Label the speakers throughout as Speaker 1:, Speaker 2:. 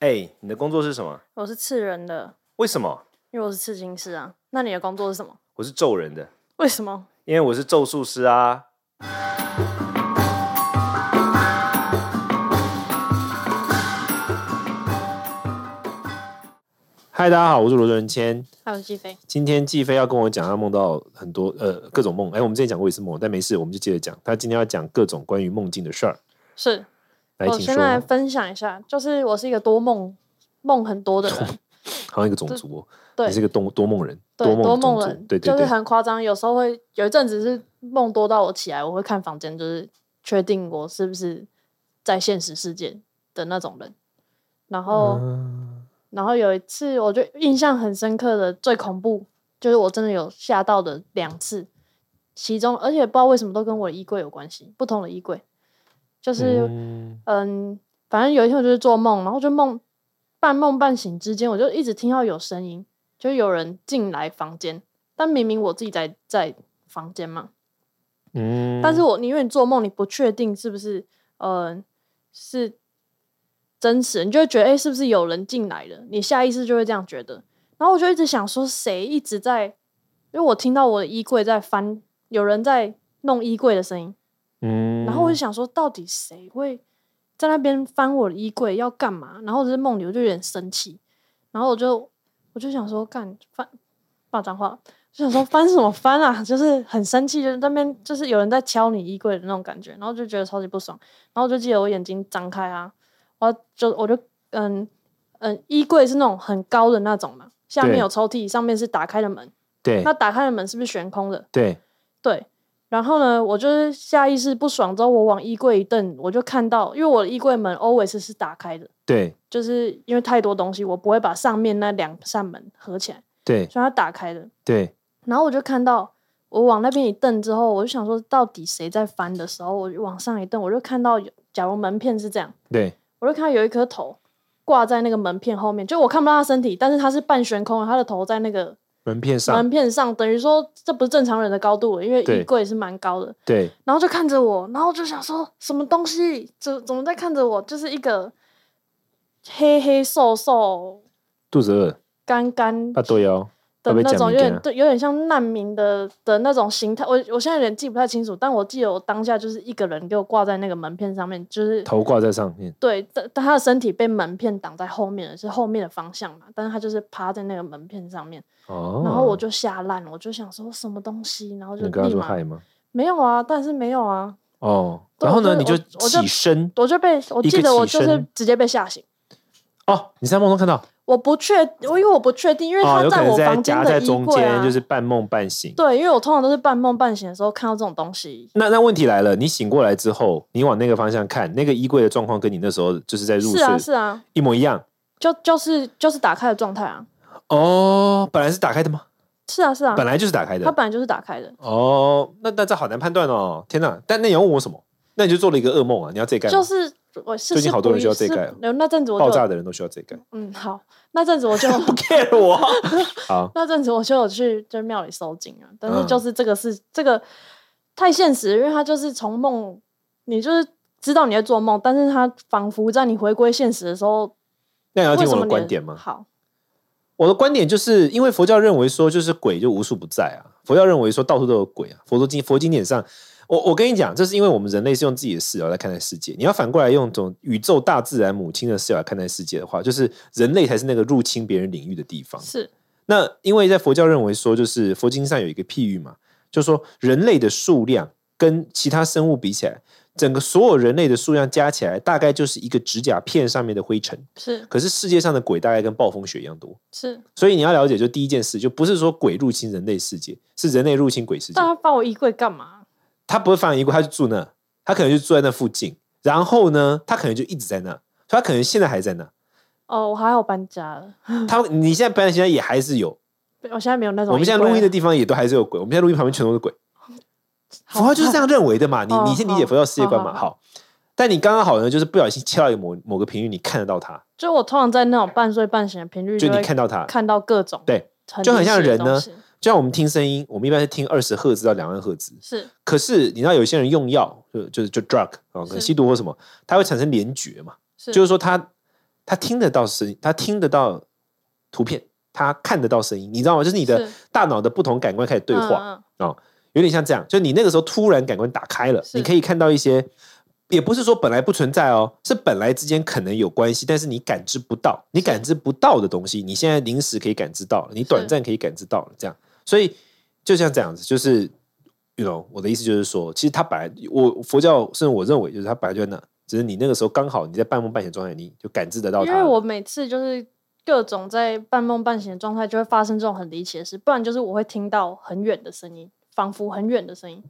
Speaker 1: 哎、你的工作是什么？
Speaker 2: 我是刺人的，
Speaker 1: 为什么？
Speaker 2: 因为我是刺青师啊。那你的工作是什么？
Speaker 1: 我是咒人的，
Speaker 2: 为什么？
Speaker 1: 因为我是咒术师啊。嗨，大家好，我是罗仁谦。
Speaker 2: 还有鸡飞，
Speaker 1: 今天季飞要跟我讲，他梦到很多呃各种梦。哎、我们之前讲过一次梦，但没事，我们就接着讲。他今天要讲各种关于梦境的事儿。
Speaker 2: 是
Speaker 1: 来，
Speaker 2: 我
Speaker 1: 请
Speaker 2: 先
Speaker 1: 说。
Speaker 2: 来分享一下，就是我是一个多梦梦很多的 人，
Speaker 1: 好像一个种族哦、
Speaker 2: 对
Speaker 1: 你是一个多多梦人，
Speaker 2: 对，
Speaker 1: 梦
Speaker 2: 多
Speaker 1: 种
Speaker 2: 梦
Speaker 1: 族
Speaker 2: 人，
Speaker 1: 对对
Speaker 2: 就是
Speaker 1: 对，
Speaker 2: 很夸张。有时候会有一阵子是梦多到我起来，我会看房间，就是确定我是不是在现实世界的那种人。然后，
Speaker 1: 嗯
Speaker 2: 然后有一次，我就印象很深刻的最恐怖，就是我真的有吓到的两次，其中而且不知道为什么都跟我的衣柜有关系，不同的衣柜，就是
Speaker 1: 嗯
Speaker 2: 嗯反正有一天我就是做梦，然后就梦半梦半醒之间，我就一直听到有声音，就有人进来房间，但明明我自己在在房间嘛，
Speaker 1: 嗯
Speaker 2: 但是我因为你做梦，你不确定是不是呃是真实，你就会觉得哎、诶是不是有人进来了？你下意识就会这样觉得。然后我就一直想说，谁一直在？因为我听到我的衣柜在翻，有人在弄衣柜的声音。
Speaker 1: 嗯，
Speaker 2: 然后我就想说，到底谁会在那边翻我的衣柜要干嘛？然后我在梦里我就有点生气，然后我就我就想说，干翻骂脏话，就想说翻什么翻啊， 就是很生气，就是那边就是有人在敲你衣柜的那种感觉，然后就觉得超级不爽，然后就记得我眼睛张开啊，我就我就嗯嗯，衣柜是那种很高的那种嘛，下面
Speaker 1: 对
Speaker 2: 有抽屉，上面是打开的门，
Speaker 1: 对
Speaker 2: 那打开的门是不是悬空的？
Speaker 1: 对，
Speaker 2: 对，然后呢，我就是下意识不爽之后，我往衣柜一瞪，我就看到，因为我的衣柜门 always 是打开的，
Speaker 1: 对
Speaker 2: 就是因为太多东西，我不会把上面那两扇门合起来，
Speaker 1: 对
Speaker 2: 所以它打开的。
Speaker 1: 对，
Speaker 2: 然后我就看到，我往那边一瞪之后，我就想说，到底谁在翻的时候，我就往上一瞪，我就看到有，假如门片是这样，
Speaker 1: 对，
Speaker 2: 我就看到有一颗头挂在那个门片后面，就我看不到他身体，但是他是半悬空的，他的头在那个
Speaker 1: 门片上，
Speaker 2: 门片上，等于说这不是正常人的高度了，因为
Speaker 1: 对
Speaker 2: 衣柜是蛮高的。
Speaker 1: 对
Speaker 2: 然后就看着我，然后就想说什么东西，怎怎么在看着我？就是一个黑黑瘦瘦、
Speaker 1: 肚子饿，
Speaker 2: 干干
Speaker 1: 把
Speaker 2: 的
Speaker 1: 豆腰，要被
Speaker 2: 那
Speaker 1: 讲
Speaker 2: 种，
Speaker 1: 民
Speaker 2: 有
Speaker 1: 间
Speaker 2: 点
Speaker 1: 啊
Speaker 2: 对，有点像难民的的那种形态。我我现在有点记不太清楚，但我记得我当下就是一个人给我挂在那个门片上面，就是
Speaker 1: 头挂在上面，
Speaker 2: 对，但但他的身体被门片挡在后面了，是后面的方向嘛，但是他就是趴在那个门片上面，
Speaker 1: 哦，
Speaker 2: 然后我就吓烂了，我就想说什么东西，然后就
Speaker 1: 你跟他
Speaker 2: 立
Speaker 1: 说
Speaker 2: 马
Speaker 1: 嗨吗？
Speaker 2: 没有啊，但是没有啊，
Speaker 1: 哦，
Speaker 2: 对
Speaker 1: 然后呢，
Speaker 2: 我就
Speaker 1: 你就
Speaker 2: 我我就
Speaker 1: 起身
Speaker 2: 我就被我
Speaker 1: 一
Speaker 2: 记
Speaker 1: 个
Speaker 2: 得我
Speaker 1: 起
Speaker 2: 就是
Speaker 1: 身
Speaker 2: 直接被吓醒，
Speaker 1: 哦，你在梦中看到，
Speaker 2: 我不确我因为我不确定，因为
Speaker 1: 哦，
Speaker 2: 他
Speaker 1: 有可
Speaker 2: 在
Speaker 1: 能
Speaker 2: 我
Speaker 1: 在
Speaker 2: 房间
Speaker 1: 夹在
Speaker 2: 的衣
Speaker 1: 中
Speaker 2: 柜啊，
Speaker 1: 间，就是半梦半醒。
Speaker 2: 对，因为我通常都是半梦半醒的时候看到这种东西，
Speaker 1: 那那问题来了，你醒过来之后，你往那个方向看，那个衣柜的状况跟你那时候就是在入
Speaker 2: 是啊是
Speaker 1: 睡
Speaker 2: 啊，
Speaker 1: 一模一样。
Speaker 2: 就就是就是打开的状态啊，
Speaker 1: 哦，本来是打开的吗？
Speaker 2: 是啊是啊，
Speaker 1: 本来就是打开
Speaker 2: 它
Speaker 1: 的。
Speaker 2: 本来就是打开的，
Speaker 1: 哦，那那这好难判断哦，天哪！但那你要问我什么？那你就做了一个噩梦啊！你要这盖吗？
Speaker 2: 就是我是
Speaker 1: 最近
Speaker 2: 是
Speaker 1: 好多
Speaker 2: 不
Speaker 1: 人需要
Speaker 2: 是
Speaker 1: 这盖哦
Speaker 2: 有那阵子我
Speaker 1: 爆炸
Speaker 2: 就
Speaker 1: 的人都需要这盖。
Speaker 2: 嗯好，那阵子我就
Speaker 1: 骗我！好，
Speaker 2: 那阵子我就有去就庙里收经啊，但是
Speaker 1: 嗯
Speaker 2: 就是这个是、这个太现实，因为它就是从梦，你就是知道你在做梦，但是它仿佛在你回归现实的时候，
Speaker 1: 那你要
Speaker 2: 为
Speaker 1: 听
Speaker 2: 什
Speaker 1: 我的
Speaker 2: 么你
Speaker 1: 观点吗？
Speaker 2: 好，
Speaker 1: 我的观点就是因为佛教认为说，就是鬼就无处不在啊。佛教认为说到处都有鬼啊。佛陀经佛经典上，我我跟你讲，这是因为我们人类是用自己的视角来看待世界。你要反过来用一种宇宙大自然母亲的视角来看待世界的话，就是人类才是那个入侵别人领域的地方。
Speaker 2: 是
Speaker 1: 那因为在佛教认为说，就是佛经上有一个譬喻嘛，就说人类的数量跟其他生物比起来，整个所有人类的数量加起来，大概就是一个指甲片上面的灰尘。
Speaker 2: 是
Speaker 1: 可是世界上的鬼大概跟暴风雪一样多，
Speaker 2: 是，
Speaker 1: 所以你要了解，就第一件事，就不是说鬼入侵人类世界，是人类入侵鬼世界
Speaker 2: 但。他放我衣柜干嘛？
Speaker 1: 他不会放一柜，他就住那，他可能就住在那附近。然后呢，他可能就一直在那，所以他可能现在还在那。
Speaker 2: 哦，我还好搬家了，
Speaker 1: 他你现在本来现在也还是有，
Speaker 2: 我现在没有那种
Speaker 1: 我们现在
Speaker 2: 衣柜
Speaker 1: 录音的
Speaker 2: 了
Speaker 1: 地方也都还是有鬼，我们现在录音旁边全都是鬼。佛
Speaker 2: 好
Speaker 1: 教哦就是这样认为的嘛，你
Speaker 2: 哦
Speaker 1: 你先理解佛教世界观嘛。
Speaker 2: 好好
Speaker 1: 好，但你刚刚好呢，就是不小心切到一个某某个频率，你看得到它，
Speaker 2: 就我通常在那种半睡半醒的频率，
Speaker 1: 就你
Speaker 2: 会
Speaker 1: 看到它，
Speaker 2: 看到各种
Speaker 1: 对，
Speaker 2: 很
Speaker 1: 就很
Speaker 2: 离奇
Speaker 1: 像
Speaker 2: 的
Speaker 1: 人呢
Speaker 2: 东西，
Speaker 1: 就像我们听声音，我们一般是听二十赫兹到两万赫兹，
Speaker 2: 是
Speaker 1: 可是你知道有些人用药，就就是就 drug 啊、哦，可能
Speaker 2: 是
Speaker 1: 吸毒或什么，它会产生联觉嘛，
Speaker 2: 是
Speaker 1: 就是说他他听得到声，他听得到图片，他看得到声音，你知道吗？就是你的
Speaker 2: 是
Speaker 1: 大脑的不同感官开始对话。
Speaker 2: 嗯嗯
Speaker 1: 哦，有点像这样，就你那个时候突然感官打开了，
Speaker 2: 是
Speaker 1: 你可以看到一些，也不是说本来不存在哦，是本来之间可能有关系，但是你感知不到，你感知不到的东西，你现在临时可以感知到了，你短暂可以感知到了，这样，所以就像这样子，就是，you know，我的意思就是说，其实它本来我佛教，甚至我认为就是它本来就在那，只是你那个时候刚好你在半梦半醒状态，你就感知得到它
Speaker 2: 因
Speaker 1: 了。
Speaker 2: 为我每次就是各种在半梦半醒的状态，就会发生这种很离奇的事。不然就是我会听到很远的声音，仿佛很远的声音。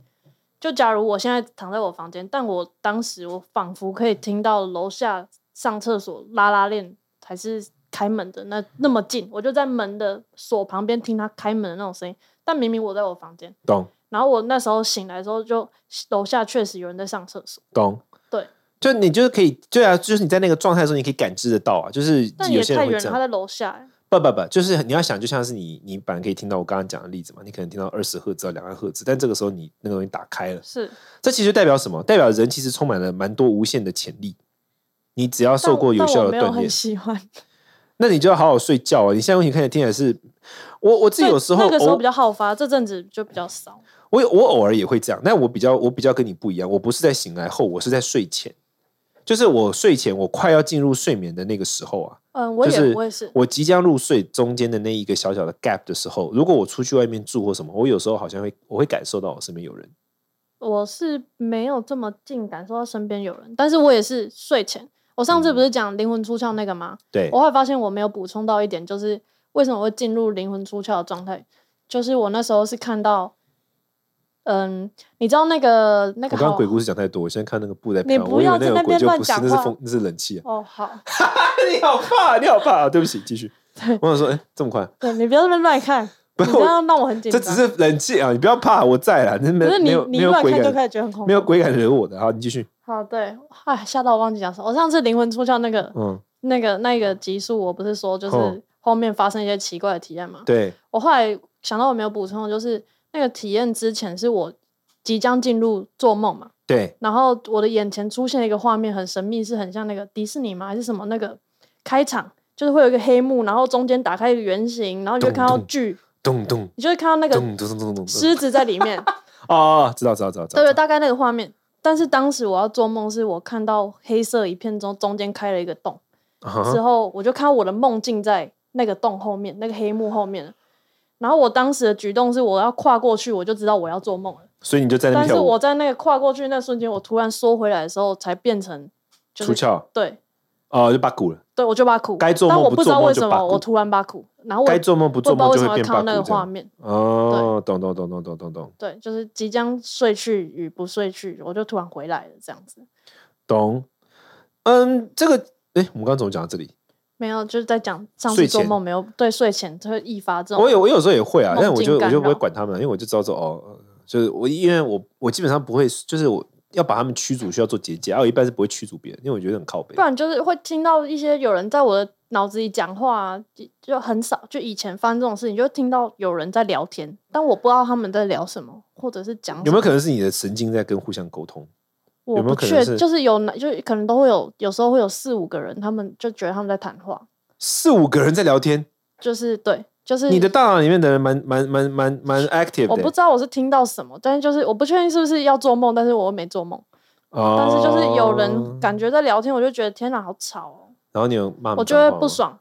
Speaker 2: 就假如我现在躺在我房间，但我当时我仿佛可以听到楼下上厕所拉拉链还是开门的那那么近，我就在门的锁旁边听他开门的那种声音。但明明我在我房间，
Speaker 1: 懂
Speaker 2: 然后我那时候醒来之后就楼下确实有人在上厕所，
Speaker 1: 懂。
Speaker 2: 对，
Speaker 1: 就你就是可以，对啊，就是你在那个状态的时候，你可以感知得到啊，就是
Speaker 2: 但
Speaker 1: 有
Speaker 2: 也
Speaker 1: 些
Speaker 2: 太
Speaker 1: 人会
Speaker 2: 远
Speaker 1: 这样
Speaker 2: 了，他。在楼下、欸
Speaker 1: 不不不，就是你要想，就像是你你本来可以听到我刚刚讲的例子嘛，你可能听到二十赫兹到两万赫兹，但这个时候你那个东西打开了，
Speaker 2: 是。
Speaker 1: 这其实代表什么？代表人其实充满了蛮多无限的潜力。你只要受
Speaker 2: 但
Speaker 1: 过有
Speaker 2: 但
Speaker 1: 效
Speaker 2: 我
Speaker 1: 的
Speaker 2: 没有
Speaker 1: 锻
Speaker 2: 很
Speaker 1: 炼，
Speaker 2: 喜欢。
Speaker 1: 那你就要好好睡觉啊！你现在问题看起来听起来是，我我自己有时候
Speaker 2: 那个时候
Speaker 1: 偶
Speaker 2: 比较好发，这阵子就比较少。
Speaker 1: 我有我偶尔也会这样，但我比较我比较跟你不一样，我不是在醒来后，我是在睡前，就是我睡前我快要进入睡眠的那个时候啊，
Speaker 2: 嗯，我也、
Speaker 1: 就是
Speaker 2: 我也是，
Speaker 1: 我即将入睡中间的那一个小小的 gap 的时候，如果我出去外面住或什么，我有时候好像会我会感受到我身边有人。
Speaker 2: 我是没有这么近感受到身边有人，但是我也是睡前。我上次不
Speaker 1: 嗯
Speaker 2: 是讲灵魂出窍那个吗？
Speaker 1: 对
Speaker 2: 我，后来发现我没有补充到一点，就是为什么会进入灵魂出窍的状态，就是我那时候是看到，嗯，你知道那个那
Speaker 1: 我
Speaker 2: 个
Speaker 1: 刚刚
Speaker 2: 好
Speaker 1: 鬼故事讲太多，我现在看那个布在
Speaker 2: 你
Speaker 1: 飘，
Speaker 2: 不
Speaker 1: 我以为
Speaker 2: 要
Speaker 1: 那
Speaker 2: 在
Speaker 1: 个
Speaker 2: 那
Speaker 1: 鬼
Speaker 2: 边
Speaker 1: 就
Speaker 2: 乱
Speaker 1: 不是，
Speaker 2: 讲
Speaker 1: 那是
Speaker 2: 话
Speaker 1: 风，那是冷气啊！
Speaker 2: 哦好，
Speaker 1: 你好怕，你好怕，对不起，继 续。我想说，哎、这么快？
Speaker 2: 对你不要在那边乱看，
Speaker 1: 不
Speaker 2: 你
Speaker 1: 是
Speaker 2: 这
Speaker 1: 我，
Speaker 2: 样让我很紧
Speaker 1: 这
Speaker 2: 张。
Speaker 1: 只是冷气啊，你不要怕，我在啦，那没
Speaker 2: 可是
Speaker 1: 有没
Speaker 2: 你
Speaker 1: 有没
Speaker 2: 你一
Speaker 1: 有
Speaker 2: 乱
Speaker 1: 鬼
Speaker 2: 看就
Speaker 1: 敢，
Speaker 2: 开始觉得很恐怖，
Speaker 1: 没有鬼敢惹我的。好，你继续。
Speaker 2: 好，对，哎，吓到我忘记讲什么。我上次灵魂出窍那个、
Speaker 1: 嗯，
Speaker 2: 那个、那个集数，我不是说就
Speaker 1: 嗯
Speaker 2: 是后面发生一些奇怪的体验嘛？
Speaker 1: 对，
Speaker 2: 我后来想到我没有补充的就是，那个体验之前是我即将进入做梦嘛，
Speaker 1: 对，
Speaker 2: 然后我的眼前出现了一个画面，很神秘，是很像那个迪士尼吗？还是什么那个开场？就是会有一个黑幕，然后中间打开一个圆形，然后你就会看到
Speaker 1: 咚咚
Speaker 2: 剧，
Speaker 1: 咚咚
Speaker 2: 你就会看到那个
Speaker 1: 咚咚咚咚咚咚。
Speaker 2: 狮子在里 面，
Speaker 1: 哦，知道知道知道知
Speaker 2: 对对，
Speaker 1: 道。
Speaker 2: 大概那个画面。但是当时我要做梦，是我看到黑色一片中中间开了一个洞，
Speaker 1: 啊哈
Speaker 2: 之后我就看到我的梦境在那个洞后面，那个黑幕后面了。然后我当时的举动是我要跨过去，我就知道我要做梦了。
Speaker 1: 所以你就在那
Speaker 2: 但
Speaker 1: 边
Speaker 2: 是
Speaker 1: 跳舞
Speaker 2: 我在那个跨过去那瞬间，我突然缩回来的时候，才变成就
Speaker 1: 出
Speaker 2: 是
Speaker 1: 窍，
Speaker 2: 对
Speaker 1: 哦，就八股了。
Speaker 2: 对，我就把苦。
Speaker 1: 该做梦
Speaker 2: 但我
Speaker 1: 不
Speaker 2: 知
Speaker 1: 做
Speaker 2: 道
Speaker 1: 梦
Speaker 2: 为
Speaker 1: 就
Speaker 2: 什
Speaker 1: 把
Speaker 2: 么我
Speaker 1: 苦
Speaker 2: 突然把苦，然后我
Speaker 1: 该
Speaker 2: 我
Speaker 1: 做梦不
Speaker 2: 不
Speaker 1: 做
Speaker 2: 知道
Speaker 1: 梦
Speaker 2: 为
Speaker 1: 就
Speaker 2: 什
Speaker 1: 会
Speaker 2: 么会
Speaker 1: 变
Speaker 2: 看
Speaker 1: 八股
Speaker 2: 到那个
Speaker 1: 这样
Speaker 2: 画面。
Speaker 1: 哦，懂懂懂懂懂懂懂
Speaker 2: 对，就是即将睡去与不睡去，我就突然回来了，这样子。
Speaker 1: 懂。嗯，这个哎，诶我们刚刚怎么讲到这里？
Speaker 2: 没有，就是在讲上
Speaker 1: 睡
Speaker 2: 次做
Speaker 1: 前
Speaker 2: 梦没有对睡前就会易发这种。
Speaker 1: 我有我有时候也会啊，
Speaker 2: 梦
Speaker 1: 但我就
Speaker 2: 境干
Speaker 1: 我就不会
Speaker 2: 扰
Speaker 1: 管他们，因为我就知道说哦，呃就是我因为我我基本上不会，就是我要把他们驱逐需要做结界，啊，我一般是不会驱逐别人，因为我觉得很靠北
Speaker 2: 不。然就是会听到一些有人在我的脑子里讲话、啊，就就很少。就以前发生这种事情，就听到有人在聊天，但我不知道他们在聊什么，或者是讲什么
Speaker 1: 有没有可能是你的神经在跟互相沟通？
Speaker 2: 我
Speaker 1: 有没有
Speaker 2: 不
Speaker 1: 可能
Speaker 2: 确，
Speaker 1: 是
Speaker 2: 就是有哪，就是可能都会有，有时候会有四五个人，他们就觉得他们在谈话，
Speaker 1: 四五个人在聊天，
Speaker 2: 就是对，就是
Speaker 1: 你的大脑里面的人蛮蛮蛮蛮蛮 active 的。
Speaker 2: 我不知道我是听到什么，但是就是我不确定是不是要做梦，但是我没做梦，
Speaker 1: 哦，
Speaker 2: 但是就是有人，感觉在聊天，我就觉得天哪，好吵哦。
Speaker 1: 然后你有骂他们
Speaker 2: 我就会
Speaker 1: 脏话吗
Speaker 2: 不。爽。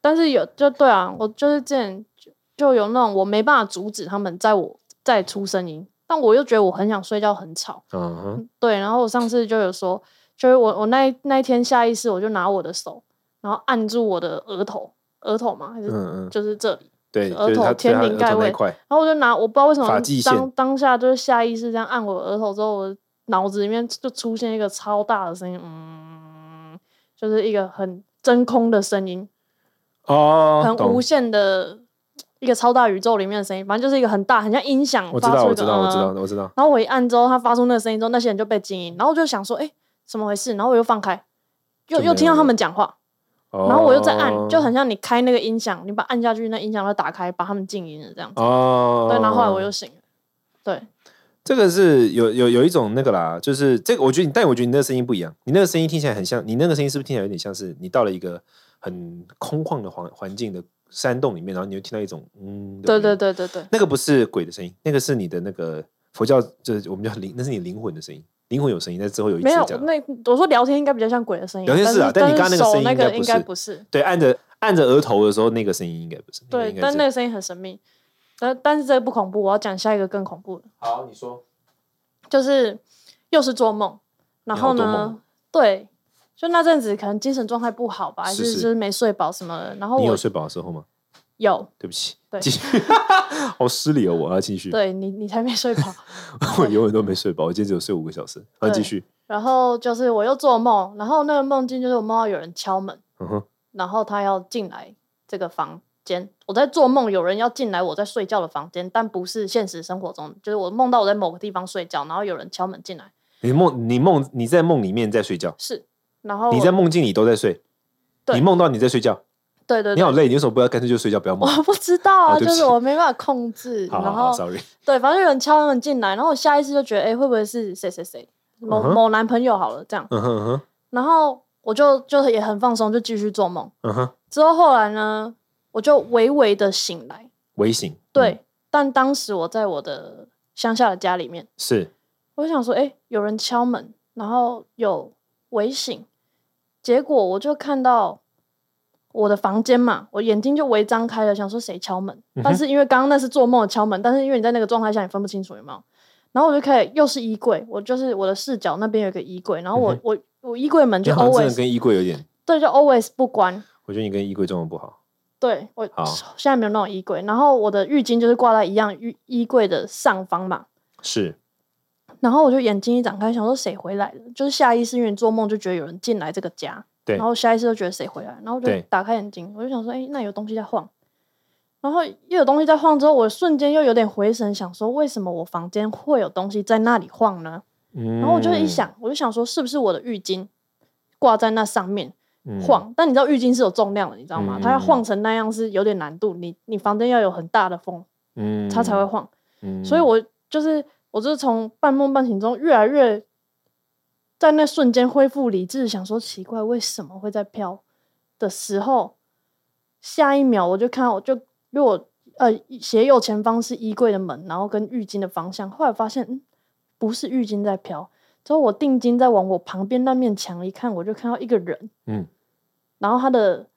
Speaker 2: 但是有就对啊，我就是之前就就有那种我没办法阻止他们在我在出声音，但我又觉得我很想睡觉，很吵。
Speaker 1: 嗯哼，
Speaker 2: 对，然后我上次就有说，就是我我那一那一天下意识我就拿我的手，然后按住我的额头，额头嘛还是、
Speaker 1: 嗯嗯，
Speaker 2: 就是这里，
Speaker 1: 对，
Speaker 2: 额
Speaker 1: 就是
Speaker 2: 头
Speaker 1: 他
Speaker 2: 天
Speaker 1: 对他
Speaker 2: 灵
Speaker 1: 额头
Speaker 2: 盖
Speaker 1: 那一
Speaker 2: 位
Speaker 1: 块
Speaker 2: 然后我就拿我不知道为什
Speaker 1: 发
Speaker 2: 么
Speaker 1: 际线
Speaker 2: 当当下就是下意识这样按我额头之后，我脑子里面就出现一个超大的声音，嗯，就是一个很真空的声音。
Speaker 1: 哦，
Speaker 2: 很
Speaker 1: 懂
Speaker 2: 无限的一个超大宇宙里面的声音，反正就是一个很大，很像音响
Speaker 1: 我知
Speaker 2: 发
Speaker 1: 道，
Speaker 2: 出
Speaker 1: 我
Speaker 2: 一
Speaker 1: 知
Speaker 2: 个。
Speaker 1: 道，我知道，
Speaker 2: 嗯
Speaker 1: 我知道。
Speaker 2: 然后我一按之后，它发出那个声音之后，那些人就被静音，然后我就想说，哎、怎么回事？然后我又放开，又
Speaker 1: 就
Speaker 2: 又
Speaker 1: 没
Speaker 2: 听到
Speaker 1: 有
Speaker 2: 他
Speaker 1: 了哦
Speaker 2: 们讲话，
Speaker 1: 然
Speaker 2: 然后我又再按，就很像你开那个音响，你把它按下去，那音响就打开，把他们静音了这样子。
Speaker 1: 哦。
Speaker 2: 对，然后后来我又醒了。对，
Speaker 1: 这个是有有有一种那个啦，就是这个，我觉得你，但我觉得你那个声音不一样，你那个声音听起来很像，你那个声音是不是听起来有点像是你到了一个很空旷的环环境的山洞里面，然后你就听到一种嗯，
Speaker 2: 对对，对对对，
Speaker 1: 那个不是鬼的声音，那个是你的那个佛教，就是我们叫灵，那是你灵魂的声音，灵魂有声音，那之后有一
Speaker 2: 没
Speaker 1: 次
Speaker 2: 有
Speaker 1: 讲，
Speaker 2: 那我说聊天应该比较像鬼的声音，
Speaker 1: 聊天是啊
Speaker 2: 但
Speaker 1: 但你刚刚那个
Speaker 2: 手
Speaker 1: 声音
Speaker 2: 那
Speaker 1: 应该
Speaker 2: 个
Speaker 1: 不
Speaker 2: 应该
Speaker 1: 是
Speaker 2: 不是，
Speaker 1: 对，按着按着额头的时候，那个声音应该不是，
Speaker 2: 对，
Speaker 1: 应该
Speaker 2: 但
Speaker 1: 是
Speaker 2: 那个声音很神秘。但但是这个不恐怖，我要讲下一个更恐怖的，
Speaker 1: 好，你说
Speaker 2: 就是又是做梦，然后
Speaker 1: 你好多
Speaker 2: 呢
Speaker 1: 梦，
Speaker 2: 对，就那阵子可能精神状态不好吧，还
Speaker 1: 是
Speaker 2: 是
Speaker 1: 是
Speaker 2: 就是没睡饱什么的，然后
Speaker 1: 你
Speaker 2: 我
Speaker 1: 有睡饱的时候吗？
Speaker 2: 有
Speaker 1: 对不起，
Speaker 2: 对
Speaker 1: 继续， 好失礼哦，我要继续，
Speaker 2: 对你你才没睡 饱，
Speaker 1: 我永远都没睡饱，我今天只有睡五个小时，好，
Speaker 2: 对
Speaker 1: 继续，
Speaker 2: 然后就是我又做梦，然后那个梦境就是我梦到有人敲门，
Speaker 1: 嗯哼，
Speaker 2: 然后他要进来这个房间。我在做梦，有人要进来我在睡觉的房间，但不是现实生活中，就是我梦到我在某个地方睡觉，然后有人敲门进来，
Speaker 1: 你梦你梦你在梦里面在睡觉，
Speaker 2: 是，然后
Speaker 1: 你
Speaker 2: 我
Speaker 1: 在梦境里都在睡，
Speaker 2: 哦对
Speaker 1: 你梦到你在睡觉，
Speaker 2: 对对
Speaker 1: 你
Speaker 2: 对，
Speaker 1: 好累，你为什么不要干脆就睡觉，不要梦？
Speaker 2: 我不知道啊，
Speaker 1: 啊对
Speaker 2: 就
Speaker 1: 不
Speaker 2: 是
Speaker 1: 起
Speaker 2: 我没办法控制，
Speaker 1: 好好
Speaker 2: 然
Speaker 1: 好
Speaker 2: 后
Speaker 1: ，sorry，
Speaker 2: 对，反正有人敲门进来，然后我下意识就觉得，哎、会不会是谁谁谁某、
Speaker 1: 嗯哼
Speaker 2: 某男朋友好了这样，
Speaker 1: 嗯哼嗯哼
Speaker 2: 然后我就就也很放松，就继续做梦。
Speaker 1: 嗯哼，
Speaker 2: 之后后来呢，我就微微的醒来，
Speaker 1: 微醒，
Speaker 2: 对，
Speaker 1: 嗯，
Speaker 2: 但当时我在我的乡下的家里面，
Speaker 1: 是
Speaker 2: 我就想说，哎、有人敲门，然后有微醒，结果我就看到我的房间嘛，我眼睛就微张开了，想说谁敲门？
Speaker 1: 嗯哼
Speaker 2: 但是因为刚刚那是做梦的敲门，但是因为你在那个状态下，你分不清楚有没有。然后我就开始，又是衣柜，我就是我的视角那边有一个衣柜，然后我、
Speaker 1: 嗯哼
Speaker 2: 我我衣柜门
Speaker 1: 你
Speaker 2: 就
Speaker 1: 好像真的
Speaker 2: always
Speaker 1: 跟衣柜有点，
Speaker 2: 对，就 always 不关，
Speaker 1: 我觉得你跟衣柜状况不好，
Speaker 2: 对我
Speaker 1: 好
Speaker 2: 现在没有那种衣柜，然后我的浴巾就是挂在一样浴衣柜的上方嘛，
Speaker 1: 是
Speaker 2: 然后我就眼睛一展开，想说谁回来了？就是下意识，因为你做梦就觉得有人进来这个家，
Speaker 1: 对
Speaker 2: 然后下意识就觉得谁回来，然后我就
Speaker 1: 对
Speaker 2: 打开眼睛，我就想说，哎、那有东西在晃。然后又有东西在晃之后，我瞬间又有点回神，想说为什么我房间会有东西在那里晃呢？
Speaker 1: 嗯，
Speaker 2: 然后我就一想，我就想说是不是我的浴巾挂在那上面
Speaker 1: 嗯，
Speaker 2: 晃？但你知道浴巾是有重量的，你知道吗？
Speaker 1: 嗯
Speaker 2: 它要晃成那样是有点难度，你你房间要有很大的风，
Speaker 1: 嗯，
Speaker 2: 它才会晃。
Speaker 1: 嗯，
Speaker 2: 所以我就是我就是从半梦半醒中越来越在那瞬间恢复理智，想说奇怪为什么会在飘的时候，下一秒我就看到我就因为我呃斜右前方是衣柜的门，然后跟浴巾的方向，后来发现嗯不是浴巾在飘，之后我定睛在往我旁边那面墙一看，我就看到一个人，
Speaker 1: 嗯，
Speaker 2: 然后他的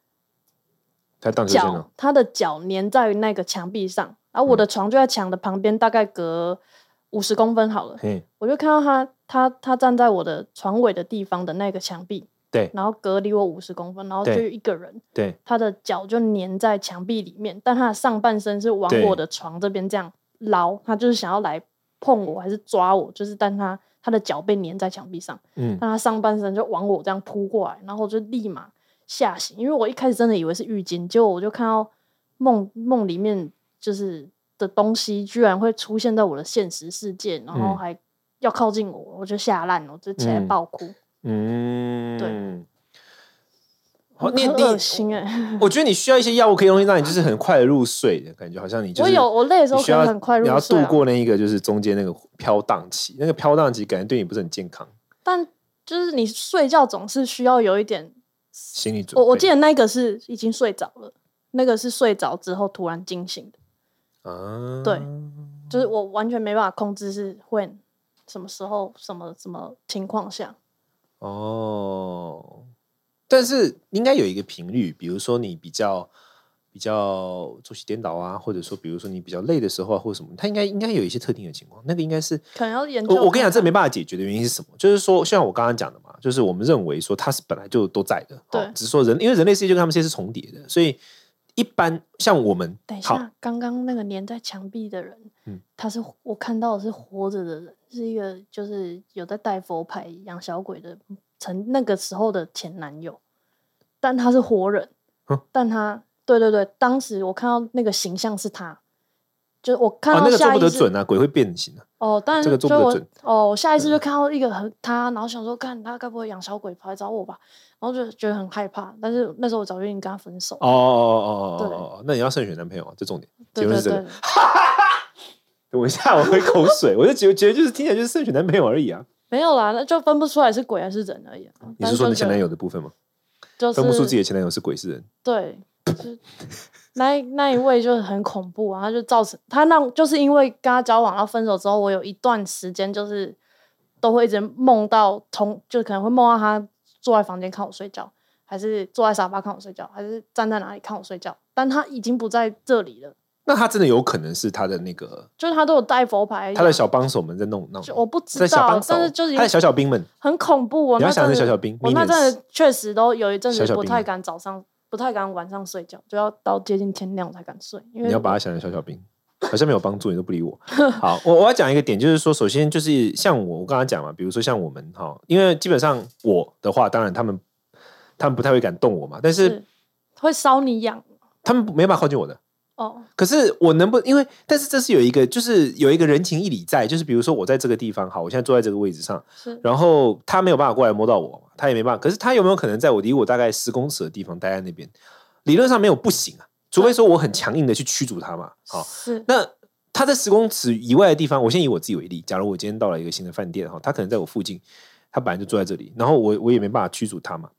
Speaker 1: 他荡秋千
Speaker 2: 脚
Speaker 1: 了，，嗯
Speaker 2: 他的脚粘在那个墙壁上，而我的床就在墙的旁边，大概隔五十公分好了。
Speaker 1: 嘿，
Speaker 2: 我就看到他，他他站在我的床尾的地方的那个墙壁，
Speaker 1: 对
Speaker 2: 然后隔离我五十公分，然后就
Speaker 1: 对
Speaker 2: 有一个人，
Speaker 1: 对，
Speaker 2: 他的脚就粘在墙壁里面，但他的上半身是往
Speaker 1: 对
Speaker 2: 我的床这边这样捞，他就是想要来碰我还是抓我，就是但他他的脚被粘在墙壁上。
Speaker 1: 嗯
Speaker 2: 但他上半身就往我这样扑过来，然后我就立马吓醒，因为我一开始真的以为是浴巾，结果我就看到梦梦里面就是的东西居然会出现在我的现实世界，然后
Speaker 1: 嗯
Speaker 2: 还要靠近我，我就吓烂了，我就起来
Speaker 1: 嗯
Speaker 2: 爆哭，
Speaker 1: 嗯，
Speaker 2: 对。
Speaker 1: 好，你
Speaker 2: 很
Speaker 1: 哦你
Speaker 2: 恶心哎、
Speaker 1: 我觉得你需要一些药物，可以东西让你就是很快的入睡的感觉，好 像你就是
Speaker 2: 我有我累的时候
Speaker 1: 你需
Speaker 2: 可以
Speaker 1: 要
Speaker 2: 很快入
Speaker 1: 你要
Speaker 2: 睡、
Speaker 1: 度
Speaker 2: 啊，
Speaker 1: 过那一个就是中间那个飘荡期，那个飘荡期感觉对你不是很健康，
Speaker 2: 但就是你睡觉总是需要有一点，
Speaker 1: 心理准备。
Speaker 2: 我我记得那个是已经睡着了，那个是睡着之后突然惊醒的。
Speaker 1: 得啊，
Speaker 2: 对就是我完全没办法控制是会什么时候、什么什么情况下。
Speaker 1: 哦，但是应该有一个频率，比如说你比较比较作息颠倒啊，或者说比如说你比较累的时候啊，或者什么，它应该应该有一些特定的情况，那个应该是
Speaker 2: 可能要研究
Speaker 1: 我我跟你讲，
Speaker 2: 看看
Speaker 1: 这没办法解决的原因是什么？就是说，像我刚刚讲的嘛，就是我们认为说它是本来就都在的，
Speaker 2: 对
Speaker 1: 哦只是说人因为人类世界跟他们世界是重叠的，所以一般像我们
Speaker 2: 等一
Speaker 1: 好哦
Speaker 2: 下，刚刚那个粘在墙壁的人，
Speaker 1: 嗯
Speaker 2: 他是我看到的是活着的人，是一个就是有在带佛牌养小鬼的曾那个时候的前男友，但他是活人，
Speaker 1: 嗯
Speaker 2: 但他对对对，当时我看到那个形象是他，就是我看
Speaker 1: 啊，
Speaker 2: 到
Speaker 1: 那个做
Speaker 2: 下
Speaker 1: 不
Speaker 2: 意
Speaker 1: 得
Speaker 2: 识、
Speaker 1: 准啊，鬼会变形啊，
Speaker 2: 哦，但
Speaker 1: 这个做
Speaker 2: 就
Speaker 1: 不得嗯
Speaker 2: 我
Speaker 1: 准
Speaker 2: 哦，我下一次就看到一个很他，然后想说，看他该不会养小鬼跑来找我吧？然后就觉得很害怕，但是那时候我早就已经跟他分手。
Speaker 1: 哦哦哦哦哦
Speaker 2: 对
Speaker 1: 哦哦，那你要慎选男朋友啊，这重点。
Speaker 2: 对
Speaker 1: 结论
Speaker 2: 对
Speaker 1: 是这
Speaker 2: 对
Speaker 1: 个，等一下我喝口水，我就觉得觉得就是听起来就是圣选男朋友而已啊。
Speaker 2: 没有啦，那就分不出来是鬼还是人而已、啊。
Speaker 1: 你是说你前男
Speaker 2: 友
Speaker 1: 友的部分吗？
Speaker 2: 就是
Speaker 1: 分不出自己的前男友是鬼是人，
Speaker 2: 对，就是那一那一位就是很恐怖啊，他就造成他让就是因为跟他交往，然后分手之后，我有一段时间就是都会一直梦到同，就可能会梦到他坐在房间看我睡觉，还是坐在沙发看我睡觉，还是站在哪里看我睡觉，但他已经不在这里了，
Speaker 1: 那他真的有可能是他的那个
Speaker 2: 就是他都有带佛牌，
Speaker 1: 他的小帮手们在弄弄，
Speaker 2: 啊就我不知
Speaker 1: 在小
Speaker 2: 道
Speaker 1: 帮，手
Speaker 2: 但是就是，
Speaker 1: 他的小小兵们，
Speaker 2: 很恐怖，我
Speaker 1: 你
Speaker 2: 那
Speaker 1: 要想
Speaker 2: 阵
Speaker 1: 是
Speaker 2: 子
Speaker 1: 小小兵
Speaker 2: 我那
Speaker 1: minions
Speaker 2: 阵子确实都有一阵
Speaker 1: 小
Speaker 2: 子
Speaker 1: 小
Speaker 2: 不
Speaker 1: 兵
Speaker 2: 太敢早上，不太敢晚上睡觉，就要到接近天亮我才敢睡，因为
Speaker 1: 你要把他想成小小兵，好像没有帮助，你都不理我。好，我我要讲一个点，就是说，首先就是像我我刚刚讲嘛，比如说像我们哈，因为基本上我的话，当然他们他们不太会敢动我嘛，但是
Speaker 2: 是会烧你痒
Speaker 1: 他们没办法靠近我的。
Speaker 2: 哦，
Speaker 1: 可是我能不因为，但是这是有一个，就是有一个人情义理在，就是比如说我在这个地方，好，我现在坐在这个位置上，
Speaker 2: 是
Speaker 1: 然后他没有办法过来摸到我嘛，他也没办法。可是他有没有可能在我离我大概十公尺的地方待在那边？理论上没有不行啊，除非说我很强硬的去驱逐他嘛。好，
Speaker 2: 是
Speaker 1: 那他在十公尺以外的地方，我先以我自己为例，假如我今天到了一个新的饭店哈，他可能在我附近，他本来就坐在这里，然后我我也没办法驱逐他嘛。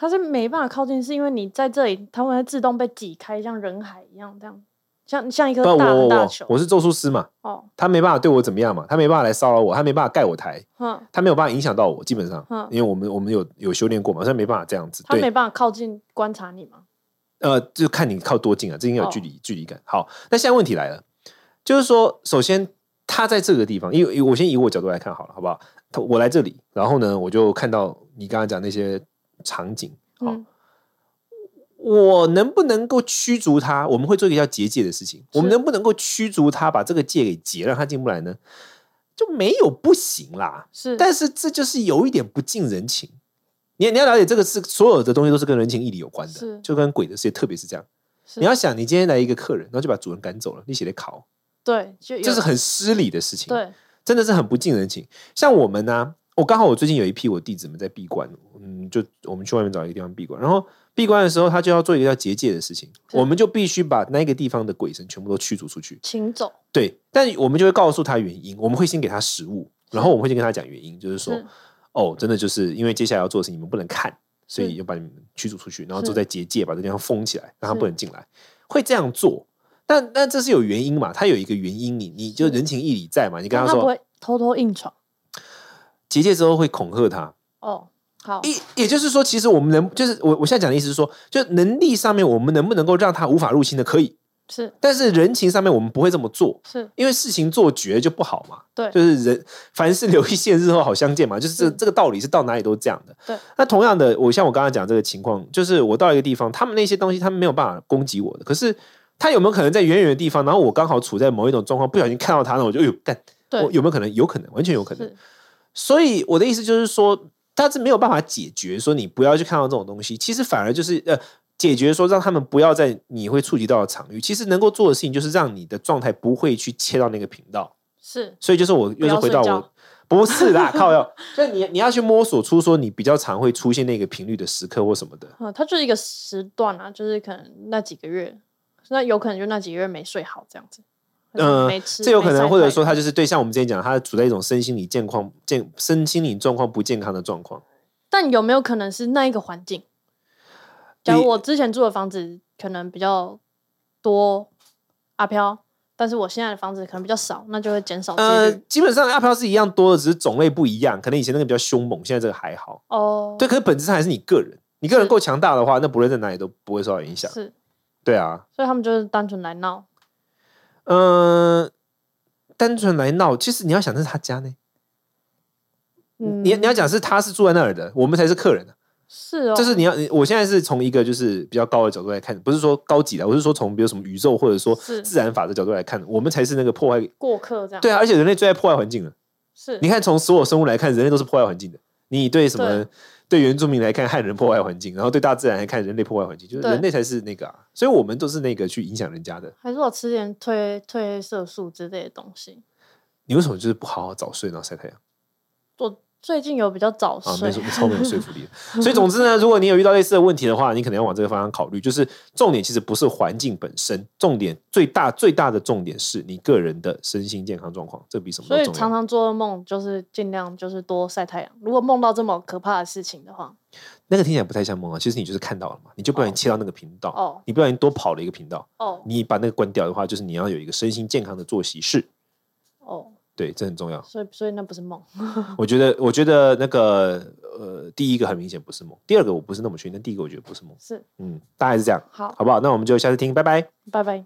Speaker 2: 它是没办法靠近，是因为你在这里，它们会自动被挤开，像人海一样，这样像像一颗
Speaker 1: 不然
Speaker 2: 大
Speaker 1: 我
Speaker 2: 很
Speaker 1: 我
Speaker 2: 大的
Speaker 1: 我
Speaker 2: 球
Speaker 1: 我是咒术师嘛，
Speaker 2: 哦，
Speaker 1: 他没办法对我怎么样嘛，他没办法来骚扰我，他没办法盖我台，
Speaker 2: 哼，
Speaker 1: 他没有办法影响到我，基本上
Speaker 2: 嗯，
Speaker 1: 因为我们我们有有修炼过嘛，所以没办法这样子。
Speaker 2: 它没
Speaker 1: 对，
Speaker 2: 办法靠近观察你嘛，
Speaker 1: 呃，就看你靠多近啊，这应该有距
Speaker 2: 哦
Speaker 1: 离、距离感。好，那现在问题来了，就是说，首先他在这个地方，因为因为我先以我角度来看好了，好不好？他我来这里，然后呢，我就看到你刚刚讲那些场景，好。
Speaker 2: 嗯，
Speaker 1: 我能不能够驱逐他？我们会做一个叫结界的事情。我们能不能够驱逐他，把这个界给结，让他进不来呢？就没有不行啦。
Speaker 2: 是，
Speaker 1: 但是这就是有一点不近人情。你你要了解这个是所有的东西都是跟人情义理有关
Speaker 2: 是
Speaker 1: 的，就跟鬼的世界特别是这样。
Speaker 2: 是
Speaker 1: 你要想，你今天来一个客人，然后就把主人赶走了，你写的考，
Speaker 2: 对，就有
Speaker 1: 这是很失礼的事情，
Speaker 2: 对，
Speaker 1: 真的是很不近人情。像我们呢、我刚好我最近有一批我弟子们在闭关，嗯，就我们去外面找一个地方闭关，然后闭关的时候他就要做一个叫结界的事情，
Speaker 2: 是
Speaker 1: 我们就必须把那个地方的鬼神全部都驱逐出去。
Speaker 2: 请走，
Speaker 1: 对，但我们就会告诉他原因，我们会先给他食物，然后我们会先跟他讲原因，就是说
Speaker 2: 是
Speaker 1: 哦，真的就是因为接下来要做的事你们不能看，所
Speaker 2: 是
Speaker 1: 以就把你们驱逐出去，然后
Speaker 2: 是
Speaker 1: 就在结界把这地方封起来，让他
Speaker 2: 是
Speaker 1: 不能进来。会这样做，但但这是有原因嘛？他有一个原因，你你就是人情义理在嘛？你跟
Speaker 2: 但
Speaker 1: 他
Speaker 2: 它不
Speaker 1: 说
Speaker 2: 会偷偷硬闯
Speaker 1: 结界之后会恐吓他，
Speaker 2: 哦，好，
Speaker 1: 也也就是说，其实我们能就是我我现在讲的意思是说，就能力上面我们能不能够让他无法入侵的可以，
Speaker 2: 是
Speaker 1: 但是人情上面我们不会这么做。
Speaker 2: 是，
Speaker 1: 因为事情做绝就不好嘛，
Speaker 2: 对
Speaker 1: 就是人凡事留一线，日后好相见嘛，就是这
Speaker 2: 嗯
Speaker 1: 这个道理是到哪里都这样的。
Speaker 2: 对，
Speaker 1: 那同样的，我像我刚刚讲这个情况，就是我到一个地方，他们那些东西他们没有办法攻击我的，可是他有没有可能在远远的地方，然后我刚好处在某一种状况，不小心看到他，那我就哎呦干，
Speaker 2: 对
Speaker 1: 我有没有可能？有可能，完全有可能。
Speaker 2: 是
Speaker 1: 所以我的意思就是说，他是没有办法解决说你不要去看到这种东西，其实反而就是呃。解决说让他们不要在你会触及到的场域，其实能够做的事情就是让你的状态不会去切到那个频道，
Speaker 2: 是
Speaker 1: 所以就是我又是回到
Speaker 2: 不要睡
Speaker 1: 我
Speaker 2: 觉，
Speaker 1: 不是 啦，靠要，就是你你要去摸索出说你比较常会出现那个频率的时刻或什么的，
Speaker 2: 嗯，它就是一个时段啊，就是可能那几个月，那有可能就那几个月没睡好这样子，或者
Speaker 1: 嗯
Speaker 2: 没吃，
Speaker 1: 这有可
Speaker 2: 没晒
Speaker 1: 能或者
Speaker 2: 太
Speaker 1: 说
Speaker 2: 阳
Speaker 1: 他就是对，像我们之前讲，他处在一种身心理健况健身心理状况不健康的状况。
Speaker 2: 但有没有可能是那一个环境？假如
Speaker 1: 你
Speaker 2: 我之前住的房子可能比较多阿飘，但是我现在的房子可能比较少，那哦就会减少这
Speaker 1: 呃
Speaker 2: 率。，
Speaker 1: 基本上阿飘是一样多的，只是种类不一样，可能以前那个比较凶猛，现在这个还好。
Speaker 2: 哦，
Speaker 1: 对，可是本质上还是你个人，你个人
Speaker 2: 是
Speaker 1: 够强大的话，那不论在哪里都不会受到影响。
Speaker 2: 是，
Speaker 1: 对啊，
Speaker 2: 所以他们就是单纯来闹，
Speaker 1: 嗯，单纯来闹，其实你要想这是他家呢，
Speaker 2: 嗯，
Speaker 1: 你你要讲是他是住在那儿的，我们才是客人啊。
Speaker 2: 是哦，
Speaker 1: 就是你要，我现在是从一个就是比较高的角度来看，不是说高级的，我是说从比如什么宇宙或者说
Speaker 2: 是
Speaker 1: 自然法的角度来看，我们才是那个破坏。
Speaker 2: 过客这样，
Speaker 1: 对啊，而且人类最爱破坏环境了。
Speaker 2: 是，
Speaker 1: 你看，从所有生物来看，人类都是破坏环境的。你对什么
Speaker 2: 对？
Speaker 1: 对原住民来看，汉人破坏环境，然后对大自然来看，人类破坏环境，就是
Speaker 2: 对
Speaker 1: 人类才是那个啊。所以我们都是那个去影响人家的。
Speaker 2: 还是我吃点褪褪黑色素之类的东西，
Speaker 1: 你为什么就是不好好早睡，然后晒太阳？
Speaker 2: 我最近有比较早
Speaker 1: 啊，
Speaker 2: 睡
Speaker 1: 没，错，超没有说服力的。所以总之呢，如果你有遇到类似的问题的话，你可能要往这个方向考虑。就是重点其实不是环境本身，重点最大最大的重点是你个人的身心健康状况，这比什么
Speaker 2: 所
Speaker 1: 都
Speaker 2: 以
Speaker 1: 重
Speaker 2: 常
Speaker 1: 要。
Speaker 2: 常做噩梦就是尽量就是多晒太阳。如果梦到这么可怕的事情的话，
Speaker 1: 那个听起来不太像梦啊，其实你就是看到了嘛，你就不小心切到那个频道，
Speaker 2: 哦
Speaker 1: 你不小心多跑了一个频道，
Speaker 2: 哦
Speaker 1: 你把那个关掉的话，就是你要有一个身心健康的作息室。
Speaker 2: 哦，
Speaker 1: 对，这很重要。
Speaker 2: 所以所以那不是梦。
Speaker 1: 我觉得，我觉得那个呃，第一个很明显不是梦，第二个我不是那么确定，但第一个我觉得不是梦。
Speaker 2: 是，
Speaker 1: 嗯，大概是这样，
Speaker 2: 好，
Speaker 1: 好不好？那我们就下次听，拜拜。
Speaker 2: 拜拜。